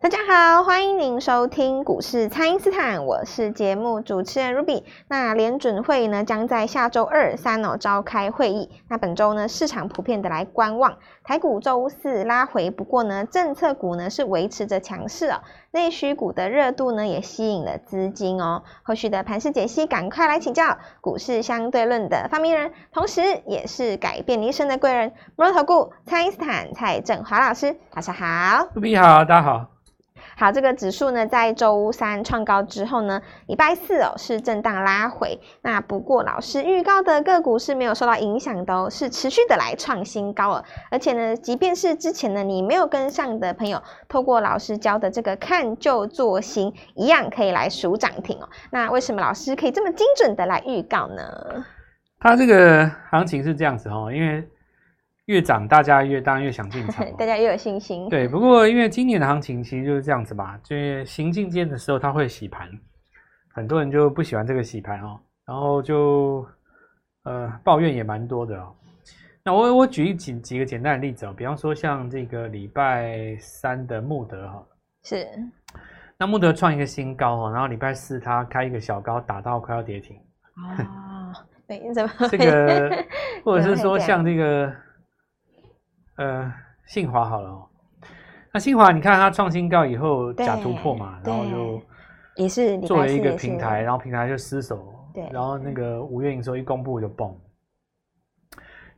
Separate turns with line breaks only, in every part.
大家好，欢迎您收听股市蔡因斯坦，我是节目主持人 Ruby。那联准会呢将在下周二、三哦召开会议。那本周呢市场普遍的来观望，台股周四拉回，不过呢政策股呢是维持着强势哦，内需股的热度呢也吸引了资金哦。后续的盘势解析，赶快来请教股市相对论的发明人，同时也是改变你一生的贵人——摩头顾蔡因斯坦蔡振华老师，早上好。
杜比好，大家好。
好，这个指数呢，在周三创高之后呢，礼拜四哦是震荡拉回。那不过老师预告的个股是没有受到影响的哦，是持续的来创新高哦。而且呢，即便是之前呢你没有跟上的朋友，透过老师教的这个看就做新，一样可以来数涨停哦。那为什么老师可以这么精准的来预告呢？
它这个行情是这样子哦，因为越涨大家越当然越想 进场
大
哦、
家越有信心。
对，不过因为今年的行情其实就是这样子嘛，就是行进间的时候它会洗盘，很多人就不喜欢这个洗盘哦，然后就呃抱怨也蛮多的哦。那我我举一几几个简单的例子哦，比方说像这个礼拜三的穆德哈、
是，
那穆德创一个新高哦，然后礼拜四它开一个小高，打到快要跌停。
哦，对，你怎么
这
会
个或者
怎么会
是说
这样
像这个呃信华好了哦，那信华你看它创新高以后假突破嘛，
对
然后就
也是礼拜
做了一
四
个
也是
平台，然后平台就失守
对，
然后那个五月营收一公布就蹦，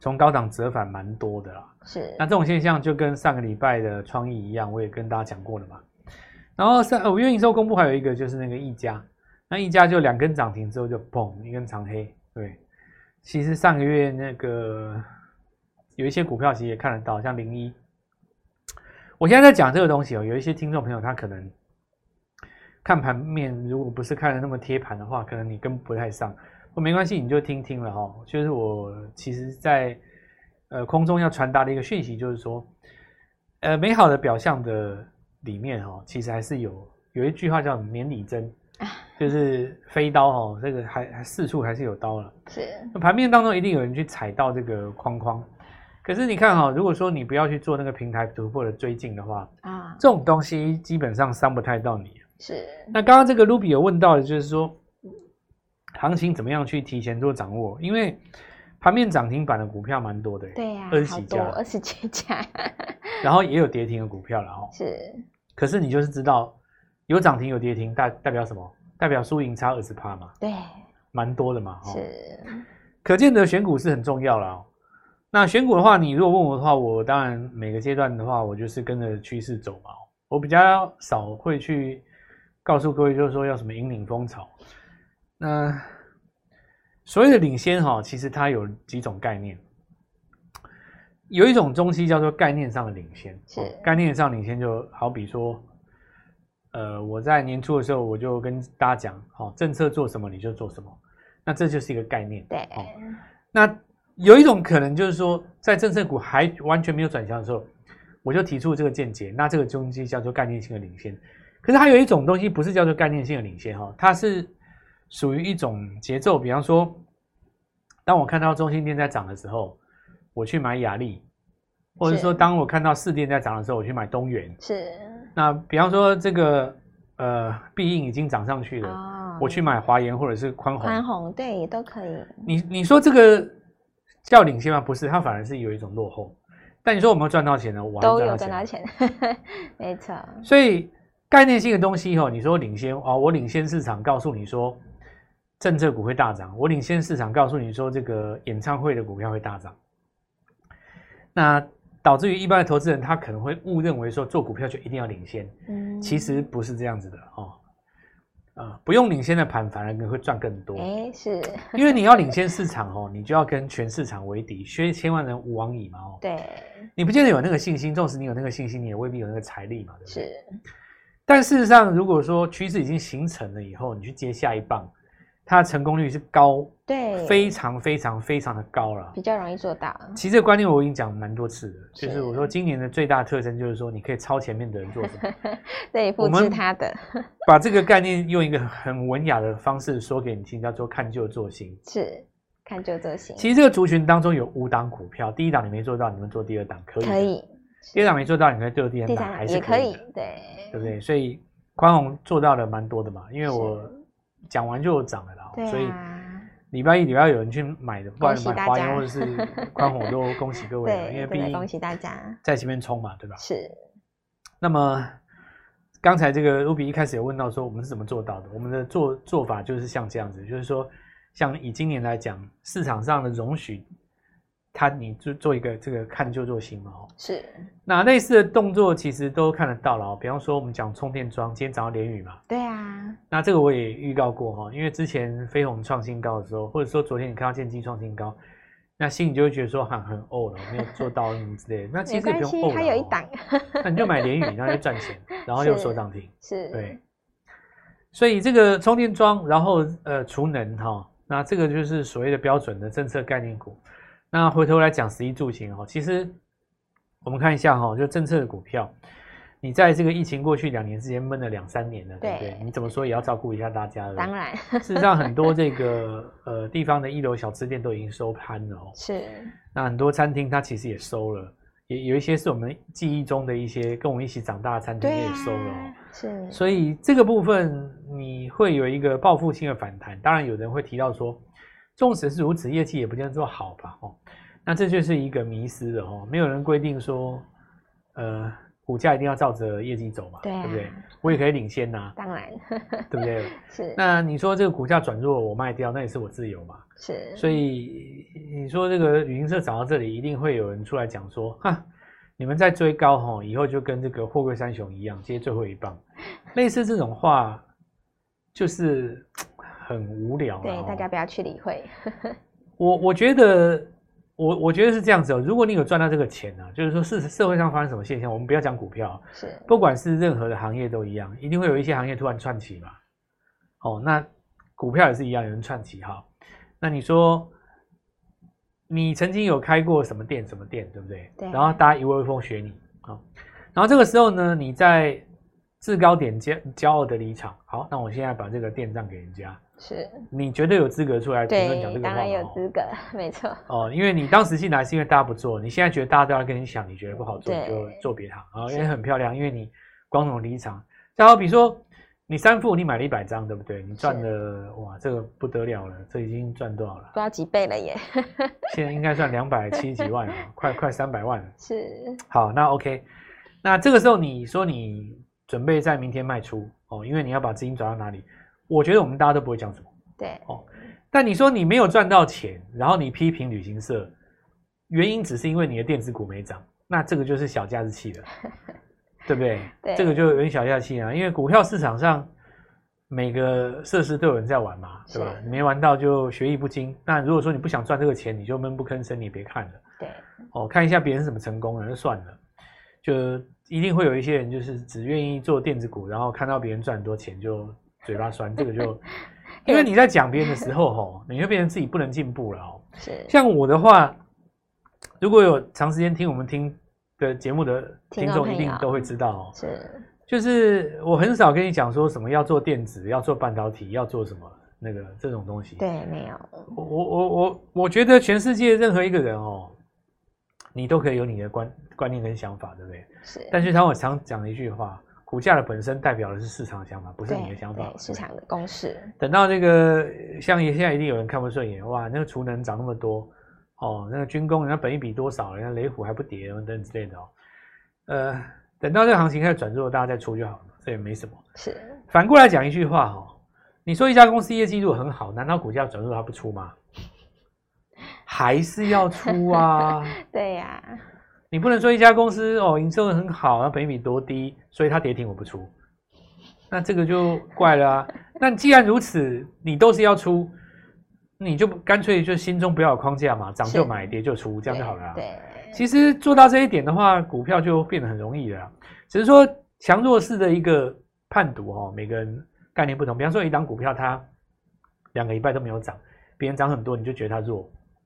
从高档折返蛮多的啦。
是
那这种现象就跟上个礼拜的创意一样，我也跟大家讲过了嘛。然后三呃五月营收公布还有一个就是那个一家，那一家就两根涨停之后就砰一根长黑，对。其实上个月那个有一些股票其实也看得到，像零一。我现在在讲这个东西哦，有一些听众朋友他可能看盘面，如果不是看的那么贴盘的话，可能你跟不太上。不过哦没关系，你就听听了哦。就是我其实在，呃空中要传达的一个讯息，就是说，呃美好的表象的里面哦，其实还是有有一句话叫免礼针，就是飞刀哦，这个还还四处还是有刀了。
是
那盘面当中一定有人去踩到这个框框。可是你看哈、如果说你不要去做那个平台突破的追进的话，
啊
这种东西基本上伤不太到你。
是
那刚刚这个 Ruby 有问到的就是说，行情怎么样去提前做掌握？因为盘面涨停板的股票蛮多的，
对呀、
20
好
几
多
家
二十几家，
然后也有跌停的股票了哦。
是
可是你就是知道有涨停有跌停，代代表什么？代表输赢差二十趴嘛，
对，
蛮多的嘛。哦，
是
可见得选股是很重要了、哦。那选股的话，你如果问我的话，我当然每个阶段的话，我就是跟着趋势走嘛。我比较少会去告诉各位，就是说要什么引领风潮。那所谓的领先哈、其实它有几种概念，有一种东西叫做概念上的领先。哦
是
概念上领先，就好比说，呃，我在年初的时候我就跟大家讲，好、政策做什么你就做什么，那这就是一个概念。
对、
哦那有一种可能就是说，在政策股还完全没有转向的时候，我就提出这个见解，那这个东西叫做概念性的领先。可是还有一种东西不是叫做概念性的领先哈、哦，它是属于一种节奏。比方说，当我看到中心店在涨的时候，我去买雅丽，或者
是
说当我看到四店在涨的时候，我去买东元。
是
那比方说这个呃必应已经涨上去了，
哦
我去买华研或者是宽宏。
宽宏，对，也都可以，
你你说这个叫领先吗？不是，它反而是有一种落后。但你说我没有赚到钱呢？我还是
都有赚
钱啊
到钱， 没错，
所以概念性的东西哦，你说领先哦，我领先市场告诉你说政策股会大涨，我领先市场告诉你说这个演唱会的股票会大涨，那导致于一般的投资人他可能会误认为说做股票就一定要领先，
嗯，
其实不是这样子的哦。啊，不用领先的盘反而会赚更多。
哎是，
因为你要 领先市场哦，你就要跟全市场为敌，所以千万人吾往矣嘛哦。
对
你不见得有那个信心，纵使你有那个信心，你也未必有那个财力嘛，对不对？
是
但事实上，如果说趋势已经形成了以后，你去接下一棒，它的成功率是高，
对，
非常非常非常的高了
比。较容易做到，
其实这个观念我已经讲蛮多次了，就是是我说今年的最大特征就是说，你可以超前面的人做什么，
对，复
我
制
们
他的
把这个概念用一个很文雅的方式说给你听，叫做看旧做新。
是看就做行，
其实这个族群当中有五档股票，第一档你没做到，你们做第二档可以的。
可以，
跌涨没做到，你可以做第三
第
档
三
还
档
是
也可以
的，
对
对不对？所以宽宏做到的蛮多的嘛，因为
是
我讲完就有涨了啦，
对
所以
啊，
礼拜一、礼拜有人去买的，不管
恭喜
买
大
华
家
研或者是宽宏，我都恭喜各位了，
对
因为
对
毕竟
恭喜大家
在前面冲嘛，对吧？
是
那么刚才这个 Ruby 一开始有问到说我们是怎么做到的，我们的做做法就是像这样子，就是说像以今年来讲，市场上的容许，它你就做一个这个看就做新嘛哦。
是，
那类似的动作其实都看得到了哦，比方说我们讲充电桩，今天早上连雨嘛，
对啊，
那这个我也预告过哈、因为之前飞鸿创新高的时候，或者说昨天你看到建机创新高，那心里就会觉得说很很呕了，没有做到什么之类的。那其
没
实也
关
不用
系
呕，
它
了
有一
哦
档
那你就买联宇，然后就赚钱，然后又
是
收涨停。
是，
对，所以这个充电桩，然后呃储能哈、那这个就是所谓的标准的政策概念股。那回头来讲十一住行哈、其实我们看一下哈、就政策的股票，你在这个疫情过去两年之间闷了两三年了，对不对？
对
你怎么说也要照顾一下大家了。
当然
事实上，很多这个呃地方的一楼小吃店都已经收摊了哦。
是
那很多餐厅它其实也收了，也有一些是我们记忆中的一些跟我们一起长大的餐厅
对
也
啊
收了、哦。，
是
所以这个部分你会有一个报复性的反弹。当然，有人会提到说，纵使是如此，业绩也不见得做好吧？哦，那这就是一个迷失了哦。没有人规定说，呃，股价一定要照着业绩走嘛，
对啊
不对？我也可以领先呐、
当然
对不对？
是
那你说这个股价转弱，我卖掉，那也是我自由嘛。
是
所以你说这个旅行社涨到这里，一定会有人出来讲说，哈，你们在追高吼，以后就跟这个货柜三雄一样，接最后一 棒。类似这种话，就是很无聊啦
对
吼
大家不要去理会，
我我觉得，我我觉得是这样子哦。如果你有赚到这个钱呢、啊，就是说是社会上发生什么现象，我们不要讲股票啊，
是
不管是任何的行业都一样，一定会有一些行业突然窜起嘛。哦，那股票也是一样，有人窜起哈。那你说，你曾经有开过什么店什么店，对不对？
对
然后大家一窝蜂学你啊、哦然后这个时候呢，你在制高点骄骄傲的离场。好，那我现在把这个店让给人家，
是，
你绝对有资格出来评论讲
对，
这个
当
话
然
嘛
有
哦。
资格， 没错，
哦，因为你当时进来是因为大家不做，你现在觉得大家都要跟你抢，你觉得不好做，你就
对
做别行啊，因
是
为很漂亮，因为你光荣离场。再好比说，你三副你买了一百张，对不对？你赚了哇，这个不得了了，这已经赚多少了
不？知道几倍了耶，
现在应该算两百七十几万了，快快三百万了。
是
好，那 OK，那这个时候你说你准备在明天卖出哦，因为你要把资金转到哪里？我觉得我们大家都不会讲什么。
对
但你说你没有赚到钱，然后你批评旅行社，原因只是因为你的电子股没涨，那这个就是小家子气 了，对不对？
对
这个就有点小家子气啊，因为股票市场上每个设施都有人在玩嘛，对吧？
是
你没玩到就学艺不精。那如果说你不想赚这个钱，你就闷不吭声，你也别看了。
对
哦，看一下别人是怎么成功的就算了，就一定会有一些人就是只愿意做电子股，然后看到别人赚很多钱就嘴巴酸，这 个就因为你在讲别人的时候吼，你会变成自己不能进步了哦。
是
像我的话，如果有长时间听我们听的节目的
听
听
众
众，
朋
一定
友嗯
都会知道哦，
是
就是我很少跟你讲说什么要做电子，要做半导体，要做什么那个这种东西。
对没有
我我我我觉得全世界任何一个人哦，你都可以有你的观观念跟想法，对不对？
是。
但是他我常讲的一句话，股价的本身代表的是市场的想法，不是
对
你的想法。对
对
不对
市场的公式，
等到这个呃像现在一定有人看不顺眼，哇，那个储能涨那么多，哦，那个军工人家本一比多少，人家雷虎还不跌等等之类的哦。呃，等到这个行情开始转弱，大家再出就好了，这也没什么。
是
反过来讲一句话哦，你说一家公司业绩如果很好，难道股价转入它不出吗？还是要出啊！
对呀、
你不能说一家公司哦营收很好，然后本益比多低，所以它跌停我不出，那这个就怪了啊。那既然如此，你都是要出，你就不干脆就心中不要有框架嘛，涨
是
就买，跌就出，这样就好了、啊。
对，对
其实做到这一点的话，股票就变得很容易了啦。只是说强弱势的一个判读哦，每个人概念不同。比方说，一档股票它两个礼拜都没有涨，别人涨很多，你就觉得它弱，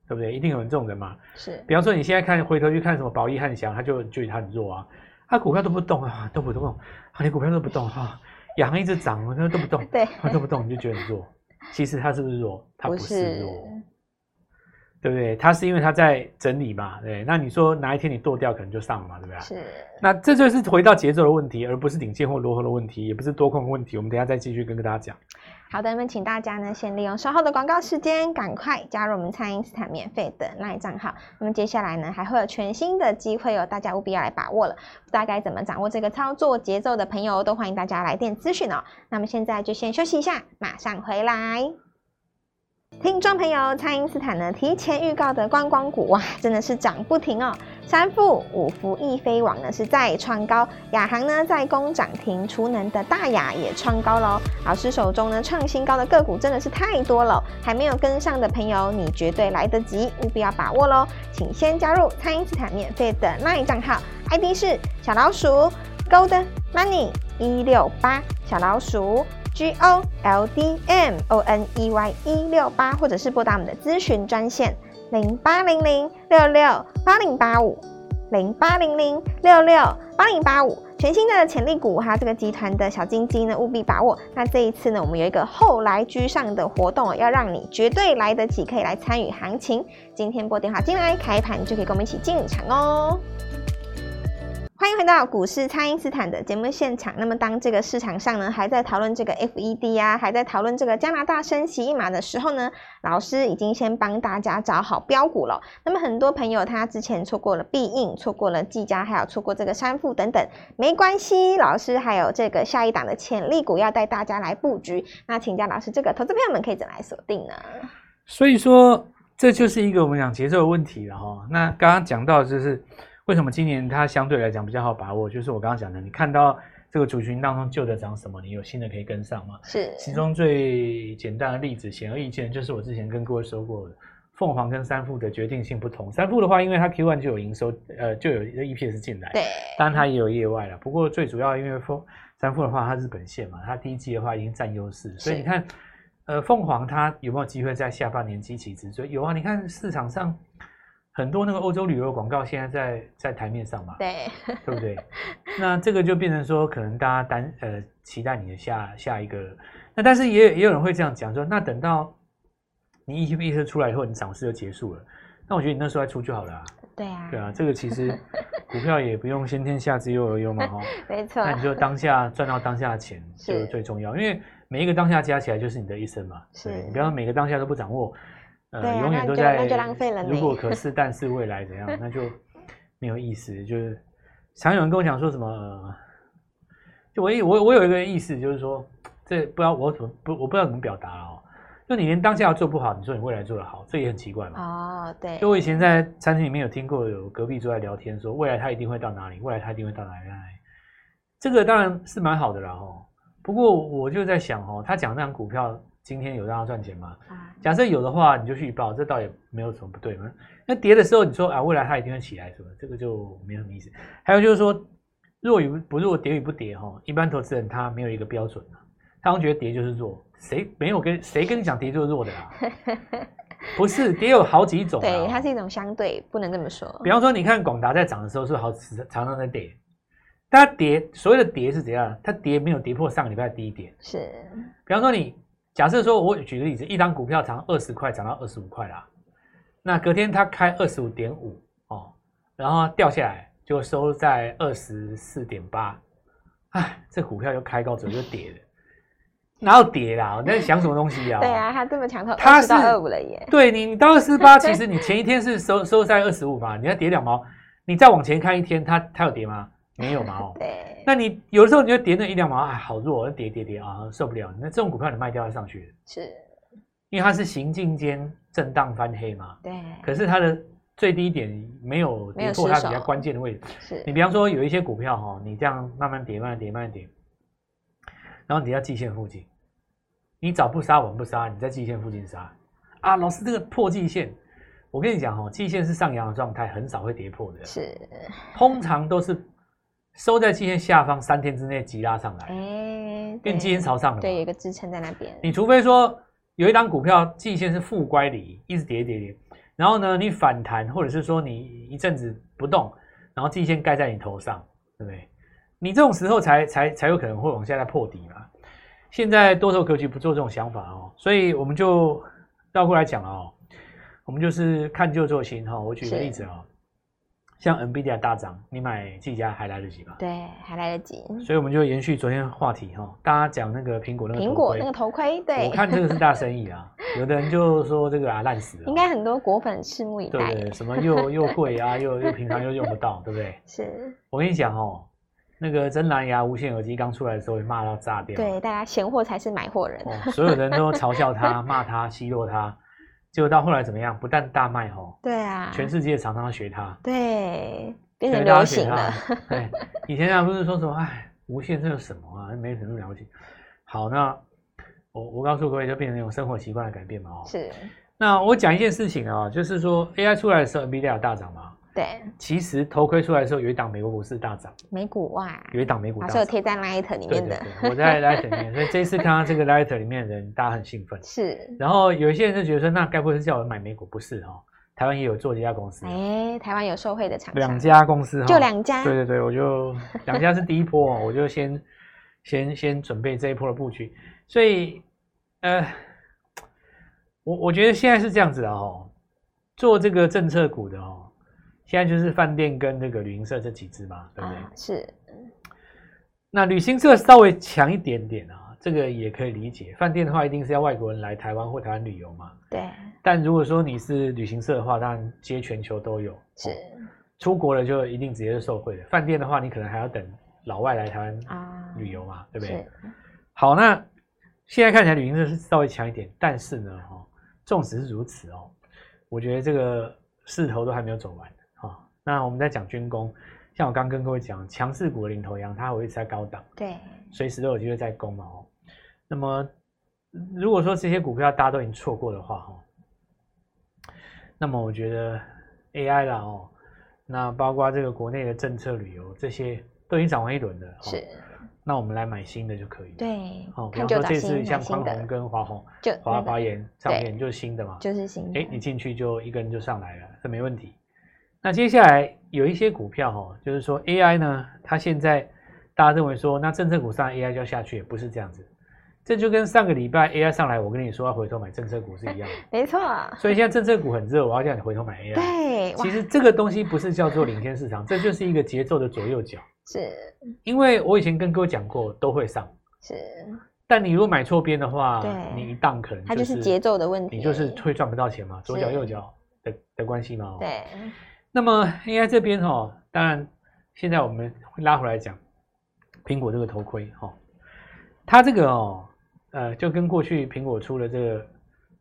对不对？一定有人这种人嘛。
是
比方说，你现在看回头去看什么宝益汉翔，他就觉得它很弱啊，它股票都不动啊，都不动，啊，连股票都不动啊，亚航一直涨，它都不动，
对，
它都不动，你就觉得很弱。其实它是不是弱？它不是弱。对不对？它是因为它在整理嘛，对。那你说哪一天你剁掉，可能就上了嘛，对啊不对？
是
那这就是回到节奏的问题，而不是顶线或落后的问题，也不是多空的问题。我们等一下再继续跟跟大家讲。
好的，那么请大家呢，先利用稍后的广告时间，赶快加入我们蔡因斯坦免费的 LINE 账号。那么接下来呢，还会有全新的机会哦，大家务必要来把握了。不知道该怎么掌握这个操作节奏的朋友，都欢迎大家来电咨询哦。那么现在就先休息一下，马上回来。听众朋友，蔡因斯坦呢提前预告的观光股哇，真的是涨不停哦。三富、五福、易飞网呢是再创高，亚航呢在攻涨停，储能的大雅也创高喽。老师手中呢创新高的个股真的是太多了，还没有跟上的朋友，你绝对来得及，务必要把握喽。请先加入蔡因斯坦免费的 LINE 账号，ID 是小老鼠 Gold Money 一六八小老鼠 G O L D M O N E Y 一六八，或者是拨打我们的咨询专线零八零零六六八零八五零八零零六六八零八五。全新的潜力股，还有这个集团的小金鸡呢，务必把握。那这一次呢，我们有一个后来居上的活动、哦，要让你绝对来得及，可以来参与行情。今天拨电话进来，开盘就可以跟我们一起进场哦。欢迎回到股市，蔡因斯坦的节目现场。那么，当这个市场上呢还在讨论这个 FED 啊，还在讨论这个加拿大升息一码的时候呢，老师已经先帮大家找好标股了。那么，很多朋友他之前错过了必应，错过了技嘉，还有错过这个山富等等，没关系，老师还有这个下一档的潜力股要带大家来布局。那请教老师，这个投资朋友们可以怎么来锁定呢？
所以说，这就是一个我们讲节奏的问题了哈、那刚刚讲到就是为什么今年它相对来讲比较好把握，就是我刚刚讲的，你看到这个族群当中旧的涨什么，你有新的可以跟上嘛。
是
其中最简单的例子，显而易见，就是我之前跟各位说过的，凤凰跟三富的决定性不同。三富的话，因为它 Q1 就有营收，呃，就有 EPS 进来，
对，
当然它也有业外了。不过最主要，因为凤三富的话，它是本线嘛，它第一季的话已经占优势，所
是
以你看，呃，凤凰它有没有机会在下半年激起直追？有啊，你看市场上很多那个欧洲旅游广告现在在在台面上嘛，
对，
对不对？那这个就变成说，可能大家单呃期待你的下下一个，那但是也有也有人会这样讲说，那等到你 EPS 出来以后，你涨势就结束了，那我觉得你那时候再出就好了、啊。
对啊，
对啊，这个其实股票也不用先天下之忧而忧嘛，哈，
没错
那，你就当下赚到当下的钱
是
就是最重要，因为每一个当下加起来就是你的一生嘛。对
是
你不要每个当下都不掌握，呃
对啊
永
那
远都
就
在
那就浪费了呢
如果可是，但是未来怎样，那就没有意思。就是常有人跟我讲说什么，呃就我一我我有一个意思，就是说这不知道我怎么不我不知道怎么表达了哦。就你连当下做不好，你说你未来做得好，这也很奇怪嘛。
哦，对
就，我以前在餐厅里面有听过有隔壁桌在聊天说，未来他一定会到哪里，未来他一定会到哪里，哪里这个当然是蛮好的啦哦。不过我就在想哦，他讲那张股票今天有让他赚钱吗？
啊，
假设有的话，你就去预报，这倒也没有什么不对嘛。那跌的时候，你说啊，未来它一定会起来，什么这个就没什么意思。还有就是说，弱与不弱，跌与不跌，哈，一般投资人他没有一个标准啊，他好像觉得跌就是弱，谁没有跟谁跟你讲跌就是弱的啦？ 不是，跌有好几种、啊，
对，它是一种相对，不能这么说。
比方说，你看广达在涨的时候是好常常在跌，但它跌所谓的跌是怎样？它跌没有跌破上个礼拜的低点。
是，
比方说你假设说，我举个例子，一张股票涨二十块，涨到二十五块啦，那隔天它开二十五点五哦，然后掉下来就收在二十四点八，哎，这股票又开高走又跌了，哪有跌啦？我在想什么东西 啊？
对啊，它这么强头，
它
20到
是
二五了 耶，
对你，你到二四八，其实你前一天是收收在二十五嘛，你要跌两毛，你再往前看一天，它它有跌吗？没有嘛哦。
对，
那你有的时候你就跌那一两毛，哎，好弱，跌跌跌啊，受不了。那这种股票你卖掉它上去了，
是，
因为它是行进间震荡翻黑嘛，
对，
可是它的最低点没有跌破它比较关键的位置。你
是，
比方说有一些股票哈、你这样慢慢跌，慢慢跌，慢慢跌，然后你跌到季线附近，你早不杀晚不杀，你在季线附近杀啊，老师这个破季线，我跟你讲哦，季线是上扬的状态，很少会跌破的，
是，
通常都是收在季线下方三天之内急拉上来，
哎，
变季线
对
朝上了
对，有一
嘛。
个支撑在那边，
你除非说有一档股票季线是负乖离，一直跌跌跌，然后呢你反弹，或者是说你一阵子不动，然后季线盖在你头上，对不对？你这种时候才才才有可能会往下再破底嘛。现在多头格局不做这种想法哦，所以我们就绕过来讲了哦。我们就是看旧做新哈。我举个
是
例子哦，像 NVIDIA 大涨，你买技嘉还来得及吧？
对，还来得及。
所以我们就延续昨天话题哈，大家讲那个苹果那个
苹
头
果
盔
那个头盔，对，
我看这个是大生意 啊。有的人就说这个啊烂死了，
应该很多果粉拭目以
对
待
不。对？什 么又又贵啊，又又平常又用不到，对不对？
是，
我跟你讲哦，那个真蓝牙无线耳机刚出来的时候，也骂到炸掉。
对，大家闲货才是买货人。
啊哦，所有人都嘲笑他、 骂他、奚落他，结果到后来怎么样？不但大卖吼，
对啊，
全世界厂商都学他，
对，变成
所以
流
大家学
行了。
他。 对，以前啊不是说什么哎，无线这有什么啊？没什么了解。好，那我我告诉各位，就变成一种生活习惯的改变嘛。哦，
是，
那我讲一件事情啊、就是说 AI 出来的时候，NVIDIA 有大涨嘛。
对，
其实头盔出来的时候，有一档美国股市大涨，
美股哇，
有一档美股
老
大
师有
涨。
贴在 Light 里
对
面
对
的，
对，我在 Light 里面，所以这一次看到这个 Light 里面的人，大家很兴奋。
是。
然后有一些人就觉得说，那该不会是叫我买美股？不是哦，台湾也有做这家公司，
哎，台湾有受惠的厂商，
啊两家公司、哦，
就。两家，
对对对，我就两家是第一波、哦，我就先先先准备这一波的布局。所以，呃，我我觉得现在是这样子的哦，做这个政策股的哦，现在就是饭店跟那个旅行社这几只嘛，对不对？
啊，是
那旅行社稍微强一点点啊，这个也可以理解。饭店的话，一定是要外国人来台湾或台湾旅游嘛。
对，
但如果说你是旅行社的话，当然接全球都有。
是
哦出国了就一定直接是受贿的。饭店的话，你可能还要等老外来台湾
啊，
旅游嘛，对不对？
是
好，那现在看起来旅行社是稍微强一点，但是呢，哦，纵使是如此哦，我觉得这个势头都还没有走完哦。那我们在讲军工，像我刚跟各位讲，强势股的领头羊，它会一直在高档。
对，
随时都有机会再攻嘛哦。那么如果说这些股票大家都已经错过的话哦，那么我觉得 AI 啦哦，那包括这个国内的政策旅游这些都已经涨完一轮了、哦，
是，
那我们来买新的就可以了。，
对
哦，，比
看
方
就
说
打
这次
新，
像
买
宽
新
宏
的，
跟华宏、
就
华
那
华
个
研上
对
面就是新的嘛，
就是新的，
哎，你进去就一根就上来了，这没问题。那接下来有一些股票哦，就是说 AI 呢，它现在大家认为说，那政策股上 AI 就要下去，也不是这样子。这就跟上个礼拜 AI 上来，我跟你说要回头买政策股是一样的。
没错，
所以现在政策股很热，我要叫你回头买 AI。
对，哇
其，实这个东西不是叫做领先市场，这就是一个节奏的左右脚。
是
因为我以前跟各位讲过，都会上，
是，
但你如果买错边的话
对，
你一荡可能
它
就
就是
是
节奏的问题而已，
你就是会赚不到钱嘛，左脚
是
右脚的的关系嘛。哦。
对，
那么 AI 这边哦，当然现在我们拉回来讲，苹果这个头盔哦，它这个哦，呃，就跟过去苹果出的这个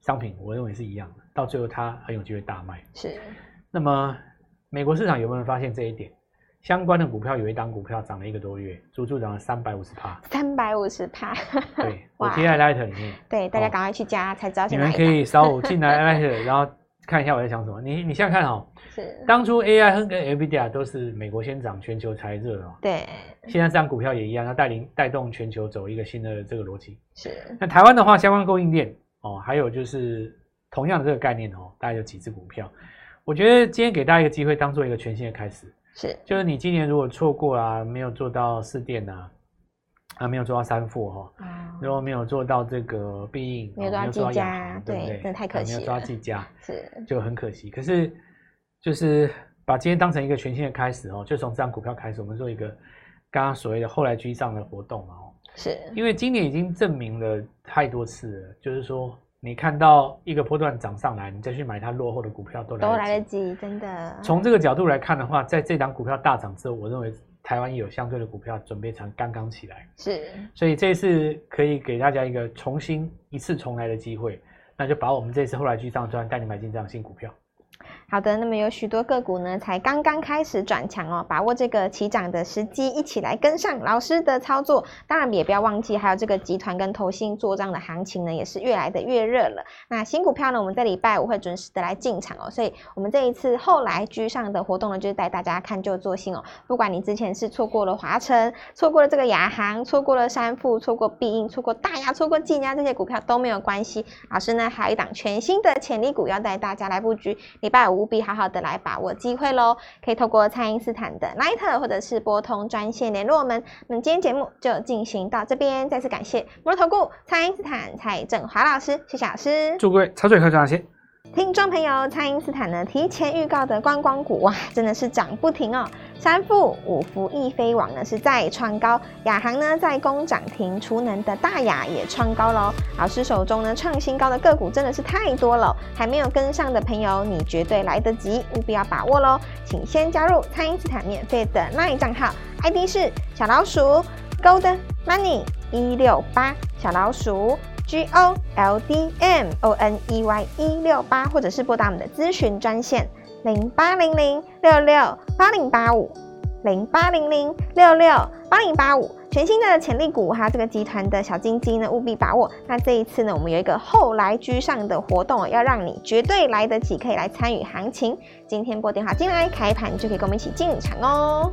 商品，我认为是一样的，到最后它很有机会大卖。
是
那么美国市场有没有发现这一点？相关的股票有一档股票涨了一个多月，足足涨了三百五十趴。
三百五十趴，
对，我
哇
贴在 Light 里面，
对，大家
哦
赶快去加才知道是
你
哪
们
一
可
档，
以稍后进来 Light，然后看一下我在想什么。你你现在看哦，
是，
当初 AI 和跟 NVIDIA 都是美国先涨，全球才热哦的嘛。
对，
现在这样股票也一样，要带领带动全球走一个新的这个逻辑。
是
那台湾的话，相关供应链哦，还有就是同样的这个概念哦，大概有几只股票。我觉得今天给大家一个机会，当做一个全新的开始，
是
就是你今年如果错过啊，没有做到四电啊，啊没有做到三富哈、哦，
啊，
如果没有做到这个必应，
没有
哦
做到技嘉
亚航对不
对
对？
真的太可
啊没
惜
有做到
了
技嘉，
是
就很可惜。可是就是把今天当成一个全新的开始哦，就从这张股票开始，我们做一个刚刚所谓的后来居上的活动嘛哦。
是，
因为今年已经证明了太多次了，就是说你看到一个波段涨上来，你再去买它落后的股票都来
都来得及，
及。
真的，
从这个角度来看的话，在这档股票大涨之后，我认为台湾也有相对的股票准备才刚刚起来，
是
所以这一次可以给大家一个重新一次重来的机会，那就把我们这次后来居上专带你买进这样新股票。
好的，那么有许多个股呢，才刚刚开始转强哦，把握这个起涨的时机，一起来跟上老师的操作。当然也不要忘记，还有这个集团跟投信做账的行情呢，也是越来的越热了。那新股票呢，我们在礼拜五会准时的来进场哦，所以我们这一次后来居上的活动呢，就是带大家看旧做新哦。不管你之前是错过了华晨，错过了这个亚航，错过了山富，错过必应，错过大亚，错过技嘉这些股票都没有关系，老师呢还有一档全新的潜力股要带大家来布局，礼拜五务必好好的来把握机会喽！可以透过蔡因斯坦的 Light 或者是拨通专线联络我们。那么今天节目就进行到这边，再次感谢摩头顾蔡因斯坦蔡振华老师，谢谢老师。
祝各位操作愉快，赚钱！
听众朋友，蔡因斯坦呢提前预告的观光股哇，真的是涨不停哦。三富、五福、易飞网呢是再创高，亚航呢在攻涨停，储能的大雅也创高喽。老师手中呢创新高的个股真的是太多了，还没有跟上的朋友，你绝对来得及，务必要把握喽。请先加入蔡因斯坦免费的 LINE 账号，ID 是小老鼠 Gold Money 一六八小老鼠。G O L D M O N E Y 一六八，或者是拨打我们的咨询专线零八零零六六八零八五零八零零六六八零八五。全新的潜力股哈，这个集团的小金鸡呢，务必把握。那这一次呢，我们有一个后来居上的活动哦，要让你绝对来得及，可以来参与行情。今天拨电话进来，开盘就可以跟我们一起进场哦。